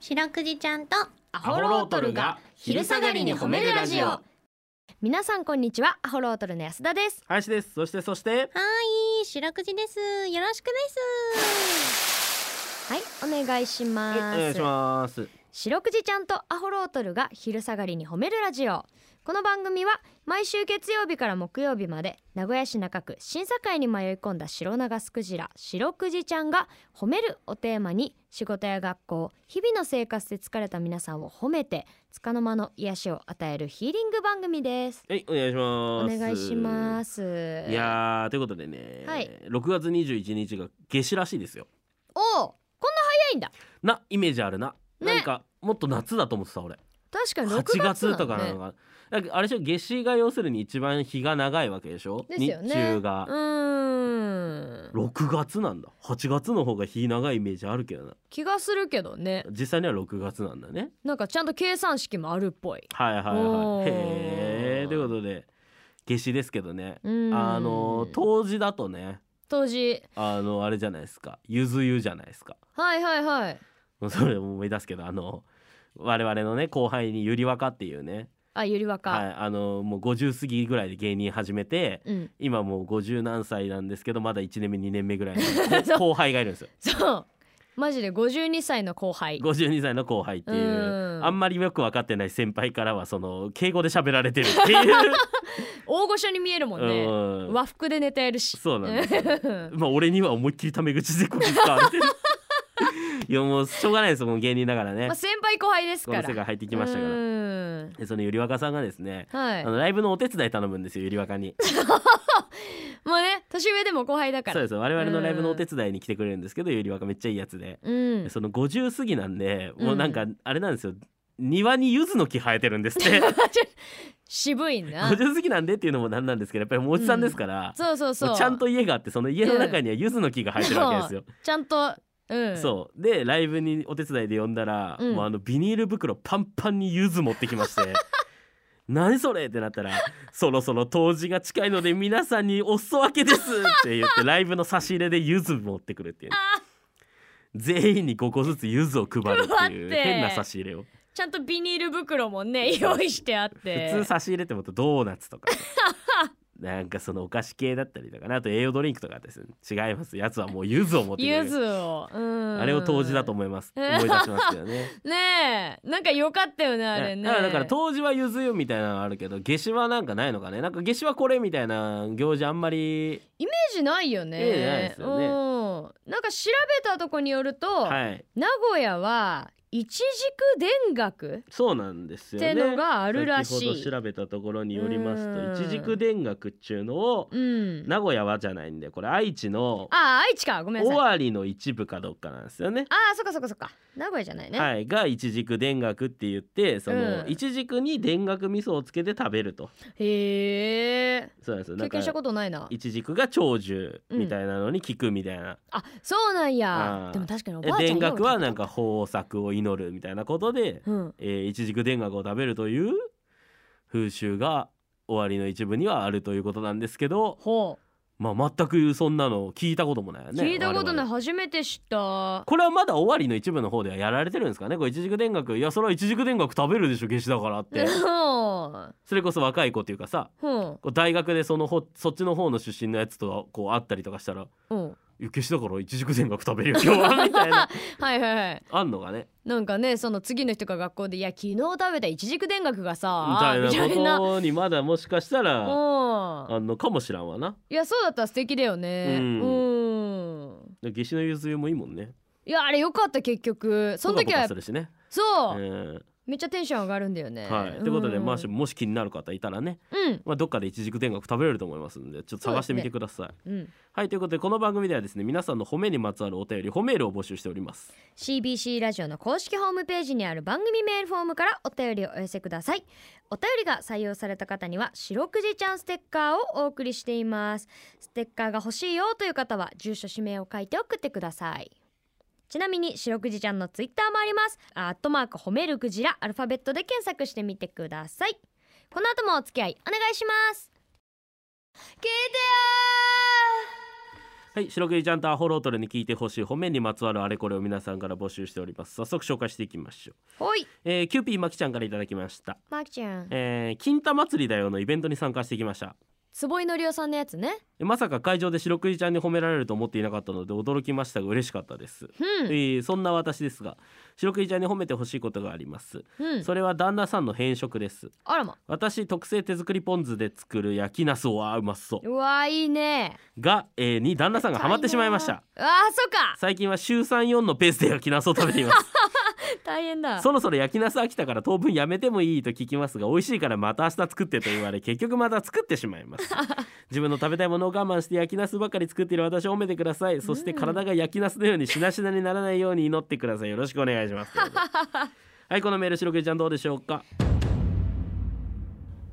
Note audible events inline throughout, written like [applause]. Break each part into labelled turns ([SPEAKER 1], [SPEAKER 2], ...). [SPEAKER 1] 白くじちゃんと
[SPEAKER 2] ア
[SPEAKER 3] ホロートルが昼下がりに褒めるラジオ
[SPEAKER 2] 皆さんこんにちはアホロートルの安田です
[SPEAKER 3] 林ですそしてそして
[SPEAKER 1] はい白くじですよろしくです
[SPEAKER 2] はいお願いしま
[SPEAKER 3] はい
[SPEAKER 2] す
[SPEAKER 3] お願いします
[SPEAKER 2] 白くじちゃんとアホロートルが昼下がりに褒めるラジオこの番組は毎週月曜日から木曜日まで名古屋市中区審査会に迷い込んだ白長スクジラ白くじちゃんが「褒める」をテーマに仕事や学校日々の生活で疲れた皆さんを褒めて束の間の癒しを与えるヒーリング番組です
[SPEAKER 3] はいお願いし
[SPEAKER 2] お
[SPEAKER 3] ます
[SPEAKER 2] 願いします
[SPEAKER 3] いやーということでね、
[SPEAKER 2] はい
[SPEAKER 3] 6月21日が夏至らしいですよ
[SPEAKER 2] おおこんな早いんだ
[SPEAKER 3] なイメージあるな、
[SPEAKER 2] ね
[SPEAKER 3] なんかもっと夏だと思ってた俺
[SPEAKER 2] 確かに6月
[SPEAKER 3] 8月
[SPEAKER 2] な
[SPEAKER 3] と
[SPEAKER 2] の
[SPEAKER 3] かな
[SPEAKER 2] ね
[SPEAKER 3] のが、なんかあれでしょ夏至が要するに一番日が長いわけでしょ
[SPEAKER 2] ですよね
[SPEAKER 3] 日中が
[SPEAKER 2] う、ーん
[SPEAKER 3] 6月なんだ8月の方が日長いイメージあるけどな
[SPEAKER 2] 気がするけどね
[SPEAKER 3] 実際には6月なんだね
[SPEAKER 2] なんかちゃんと計算式もあるっぽい。
[SPEAKER 3] はいはい
[SPEAKER 2] お
[SPEAKER 3] は
[SPEAKER 2] ー
[SPEAKER 3] いへえということで夏至ですけどね
[SPEAKER 2] うん
[SPEAKER 3] あの冬至だとね
[SPEAKER 2] 当時
[SPEAKER 3] あのあれじゃないですかゆず湯じゃないですか
[SPEAKER 2] はいはいはい
[SPEAKER 3] それ思い出すけどあの我々のね後輩にゆりわかっていうね、
[SPEAKER 2] あゆりわか、
[SPEAKER 3] はい、あのもう50過ぎぐらいで芸人始めて
[SPEAKER 2] うん
[SPEAKER 3] 今もう50何歳なんですけどまだ1年目2年目ぐらいの
[SPEAKER 2] [laughs] そう
[SPEAKER 3] 後輩がいるんですよ
[SPEAKER 2] そうマジで52歳の後輩
[SPEAKER 3] 52歳の後輩っていう
[SPEAKER 2] うん
[SPEAKER 3] あんまりよく分かってない先輩からはその敬語で喋られてるっ
[SPEAKER 2] [laughs]
[SPEAKER 3] ていう
[SPEAKER 2] 大御所に見えるもんね
[SPEAKER 3] うん
[SPEAKER 2] 和服で寝てやるし
[SPEAKER 3] そうなんですよ
[SPEAKER 2] うん
[SPEAKER 3] まあ俺には思いっきりタメ口でこき使われてる [laughs] いやもうしょうがないですもう芸人だからね
[SPEAKER 2] まあ、先輩後輩です
[SPEAKER 3] こ
[SPEAKER 2] か
[SPEAKER 3] の
[SPEAKER 2] ら
[SPEAKER 3] 世界入ってきましたから
[SPEAKER 2] うん
[SPEAKER 3] でそのゆりわかさんがですね
[SPEAKER 2] はい
[SPEAKER 3] あのライブのお手伝い頼むんですよゆりわかに
[SPEAKER 2] まあね年上でも後輩だか
[SPEAKER 3] そう
[SPEAKER 2] ら
[SPEAKER 3] です我々のライブのお手伝いに来てくれるんですけどゆりわかめっちゃいいやつで
[SPEAKER 2] うん
[SPEAKER 3] その50過ぎなんで
[SPEAKER 2] うん
[SPEAKER 3] もうなんかあれなんですよ庭に柚子の木生えてるんですって
[SPEAKER 2] [laughs]
[SPEAKER 3] [laughs]
[SPEAKER 2] 渋いな
[SPEAKER 3] 50過ぎなんでっていうのもなんなんですけどやっぱりもうおじさんですから、
[SPEAKER 2] そうそうそ
[SPEAKER 3] も
[SPEAKER 2] う
[SPEAKER 3] うちゃんと家があってその家の中には柚子の木が生えてるわけですよ、
[SPEAKER 2] ちゃんとうん
[SPEAKER 3] そうでライブにお手伝いで呼んだら、
[SPEAKER 2] うん
[SPEAKER 3] もうあのビニール袋パンパンに柚子持ってきまして [laughs] 何それってなったら「そろそろ冬至が近いので皆さんにお裾分けです」って言ってライブの差し入れで柚子持ってくるっていう全員に5個ずつ柚子を配るっていう
[SPEAKER 2] うわって
[SPEAKER 3] 変な差し入れを
[SPEAKER 2] ちゃんとビニール袋もね用意してあって
[SPEAKER 3] 普通差し入れってもっとドーナツとか [laughs] なんかそのお菓子系だったりとかねあと栄養ドリンクとかですね違いますやつはもう柚子を持ってく
[SPEAKER 2] ゆ
[SPEAKER 3] る
[SPEAKER 2] ずを、うん
[SPEAKER 3] あれを冬至だと思います思い出しますけどね
[SPEAKER 2] ねえなんか良かったよねあれね
[SPEAKER 3] だからだから当時はゆず湯みたいなのあるけど夏至はなんかないのかねなんか夏至はこれみたいな行事あんまり
[SPEAKER 2] イメージないよね
[SPEAKER 3] イメージないですよね
[SPEAKER 2] うん、なんか調べたとこによると、
[SPEAKER 3] はい
[SPEAKER 2] 名古屋は一軸田楽
[SPEAKER 3] そうなんですよね
[SPEAKER 2] ってのがあるらしい
[SPEAKER 3] 先ほど調べたところによります
[SPEAKER 2] う
[SPEAKER 3] と
[SPEAKER 2] ん
[SPEAKER 3] 一軸田楽っちゅうのを
[SPEAKER 2] うん
[SPEAKER 3] 名古屋はじゃないんでこれ愛知の
[SPEAKER 2] あ愛知かごめんな
[SPEAKER 3] 尾
[SPEAKER 2] さい
[SPEAKER 3] 張の一部かどっかなんですよね
[SPEAKER 2] あーそっかそっかそっか名古屋じゃないね、
[SPEAKER 3] はい、が一軸田楽って言ってその、
[SPEAKER 2] うん
[SPEAKER 3] 一軸に田楽味噌をつけて食べると
[SPEAKER 2] へえ
[SPEAKER 3] そうなんですよな
[SPEAKER 2] 経
[SPEAKER 3] んか
[SPEAKER 2] 験したことないな
[SPEAKER 3] 一軸が長寿みたいなのに効くみたいな、
[SPEAKER 2] あそうなんや
[SPEAKER 3] あー
[SPEAKER 2] でも確かにおばあちゃ
[SPEAKER 3] 田
[SPEAKER 2] んが
[SPEAKER 3] 楽はなんか豊作を祈るみたいなことで、
[SPEAKER 2] うん
[SPEAKER 3] えー、一軸田楽を食べるという風習が終わりの一部にはあるということなんですけど、
[SPEAKER 2] ほ
[SPEAKER 3] まあ、全くそんなの聞いたこともないよ
[SPEAKER 2] う、
[SPEAKER 3] ね
[SPEAKER 2] 聞いたことない
[SPEAKER 3] 我々
[SPEAKER 2] 初めて知った
[SPEAKER 3] これはまだ終わりの一部の方ではやられてるんですかねこれ一軸田楽いやそれは一軸田楽食べるでしょ夏至だからっ
[SPEAKER 2] [laughs]
[SPEAKER 3] て
[SPEAKER 2] ほ
[SPEAKER 3] それこそ若い子っていうかさ
[SPEAKER 2] うほ
[SPEAKER 3] こう大学でそのほそっちの方の出身のやつとはこう会ったりとかしたら
[SPEAKER 2] ううん
[SPEAKER 3] 「いや夏至だから一軸田楽食べるよ今
[SPEAKER 2] [laughs]
[SPEAKER 3] 日は」みたいな
[SPEAKER 2] はいはいはい
[SPEAKER 3] あんのがね
[SPEAKER 2] なんかねその次の人が学校で「いや昨日食べた一軸田楽が
[SPEAKER 3] み
[SPEAKER 2] さ」
[SPEAKER 3] た
[SPEAKER 2] みた
[SPEAKER 3] い
[SPEAKER 2] い
[SPEAKER 3] な
[SPEAKER 2] な。
[SPEAKER 3] こ
[SPEAKER 2] う
[SPEAKER 3] とにまだもしかしたら
[SPEAKER 2] ん
[SPEAKER 3] あんのかもしらんわない
[SPEAKER 2] やそうだったら素敵だよね。う。
[SPEAKER 3] うん夏至のゆず湯もいいもんね
[SPEAKER 2] いやあれよかった結局その時は
[SPEAKER 3] ポカポカするしね、
[SPEAKER 2] そう、
[SPEAKER 3] うん
[SPEAKER 2] めっちゃテンション上がるんだよね。
[SPEAKER 3] はいということで、
[SPEAKER 2] うん
[SPEAKER 3] まあ、もし気になる方いたらね、
[SPEAKER 2] うん
[SPEAKER 3] まあ、どっかで一軸天国食べれると思いますんでちょっと探してみてください、
[SPEAKER 2] うん、
[SPEAKER 3] はいということでこの番組ではですね皆さんの褒めにまつわるお便り褒めールを募集しております
[SPEAKER 2] CBC ラジオの公式ホームページにある番組メールフォームからお便りをお寄せくださいお便りが採用された方には白くじちゃんステッカーをお送りしていますステッカーが欲しいよという方は住所氏名を書いて送ってくださいちなみに白くじちゃんのツイッターもありますアットマーク褒めるクジラアルファベットで検索してみてくださいこの後もお付き合いお願いします聞いてよ
[SPEAKER 3] ははい白くじちゃんとアホロートルに聞いてほしい本面にまつわるあれこれを皆さんから募集しております早速紹介していきましょう、
[SPEAKER 2] ほい
[SPEAKER 3] えーキューピーまきちゃんからいただきました
[SPEAKER 2] マキちゃん
[SPEAKER 3] えー金太祭りだよのイベントに参加してきました
[SPEAKER 2] 坪井のりおさんのやつね
[SPEAKER 3] えまさか会場で白くじちゃんに褒められると思っていなかったので驚きましたが嬉しかったです、
[SPEAKER 2] うん
[SPEAKER 3] えーそんな私ですが白くじちゃんに褒めてほしいことがあります
[SPEAKER 2] うん
[SPEAKER 3] それは旦那さんの変色です
[SPEAKER 2] あらま
[SPEAKER 3] 私特製手作りポン酢で作る焼きナスはうまそう
[SPEAKER 2] うわいいね
[SPEAKER 3] が、えーに旦那さん [laughs] がハマってしまいました
[SPEAKER 2] あーそっか
[SPEAKER 3] 最近は週34のペースで焼きナスを食べています
[SPEAKER 2] 大変だ
[SPEAKER 3] そろそろ焼きナス飽きたから当分やめてもいいと聞きますが美味しいからまた明日作ってと言 [laughs] われ結局また作ってしまいます [laughs] 自分の食べたいものを我慢して焼きナスばかり作っている私を褒めてくださいそして体が焼きナスのようにしなしなにならないように祈ってくださいよろしくお願いします [laughs] ということではいこのメール白くじちゃんどうでしょうか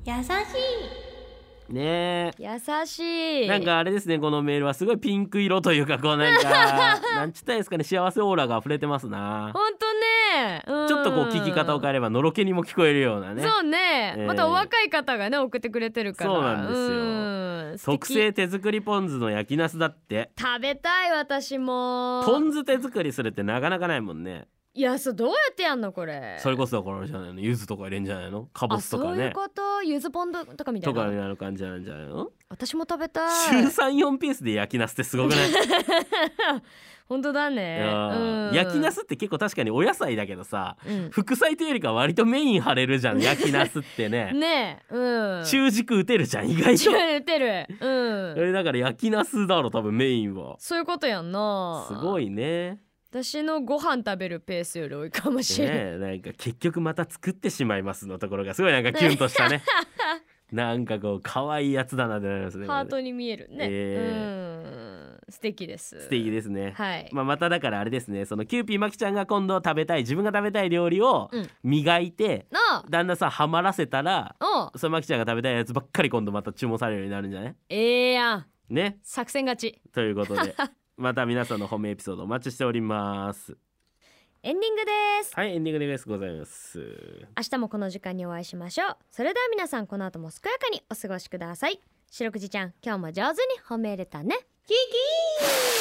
[SPEAKER 1] 優しい
[SPEAKER 3] ねえ
[SPEAKER 2] 優しい
[SPEAKER 3] なんかあれですねこのメールはすごいピンク色というかこうなん [laughs] かなんちったいですかね幸せオーラが溢れてますな
[SPEAKER 2] ほんとねうん
[SPEAKER 3] ちょっとこう聞き方を変えればのろけにも聞こえるようなね
[SPEAKER 2] そうね、
[SPEAKER 3] えー
[SPEAKER 2] またお若い方がね送ってくれてるから
[SPEAKER 3] そうなんですよ
[SPEAKER 2] うん素敵
[SPEAKER 3] 特製手作りポン酢の焼きナスだって
[SPEAKER 2] 食べたい私も
[SPEAKER 3] ポン酢手作りするってなかなかないもんね
[SPEAKER 2] いやそうどうやってやんのこれ
[SPEAKER 3] それこそこれじゃないの柚子とか入れんじゃないのかぼ
[SPEAKER 2] あ
[SPEAKER 3] すと
[SPEAKER 2] そ
[SPEAKER 3] か
[SPEAKER 2] ういう
[SPEAKER 3] ね
[SPEAKER 2] ことゆずポンドとかみたい
[SPEAKER 3] とかに
[SPEAKER 2] な
[SPEAKER 3] なる感じなんじゃないの
[SPEAKER 2] 私も食べた
[SPEAKER 3] 週
[SPEAKER 2] い
[SPEAKER 3] 34ピースで焼きナスってすご
[SPEAKER 2] [laughs]
[SPEAKER 3] くないい
[SPEAKER 2] 本当だね
[SPEAKER 3] やー
[SPEAKER 2] うん
[SPEAKER 3] 焼きナスって結構確かにお野菜だけどさ
[SPEAKER 2] うん
[SPEAKER 3] 副菜というよりか割とメイン張れるじゃん焼きナスってね
[SPEAKER 2] ねえうん
[SPEAKER 3] 中軸打てるじゃん意
[SPEAKER 2] [laughs]
[SPEAKER 3] 外
[SPEAKER 2] 中
[SPEAKER 3] と
[SPEAKER 2] 打てるう
[SPEAKER 3] え
[SPEAKER 2] ん
[SPEAKER 3] ーだから焼きナスだろ多分メインは
[SPEAKER 2] そういうことやんな
[SPEAKER 3] すご
[SPEAKER 2] い
[SPEAKER 3] いね
[SPEAKER 2] 私のご飯食べるペースより多いかもしれない、 [laughs]
[SPEAKER 3] ねえなんか結局また作ってしまいますのところがすごいなんかキュンとし
[SPEAKER 2] [laughs]
[SPEAKER 3] たねなんかこう可愛いやつだなってなりますね
[SPEAKER 2] ハートに見えるね、
[SPEAKER 3] え
[SPEAKER 2] うん素敵です
[SPEAKER 3] 素敵ですね、
[SPEAKER 2] はい、
[SPEAKER 3] まあ、まただからあれですねそのキューピーまきちゃんが今度食べたい自分が食べたい料理を
[SPEAKER 2] うん
[SPEAKER 3] 磨いて、
[SPEAKER 2] なあ
[SPEAKER 3] 旦那さんハマらせたら
[SPEAKER 2] おう
[SPEAKER 3] そのまきちゃんが食べたいやつばっかり今度また注文されるようになるんじゃない
[SPEAKER 2] ええやん
[SPEAKER 3] ね
[SPEAKER 2] 作戦勝ち
[SPEAKER 3] ということ
[SPEAKER 2] [laughs]
[SPEAKER 3] でまた皆さんの褒めエピソードお待ちしております
[SPEAKER 2] エンディングです
[SPEAKER 3] はいエンディングですございます
[SPEAKER 2] 明日もこの時間にお会いしましょうそれでは皆さんこの後も健やかにお過ごしください白くじちゃん今日も上手に褒めれたね
[SPEAKER 1] キキー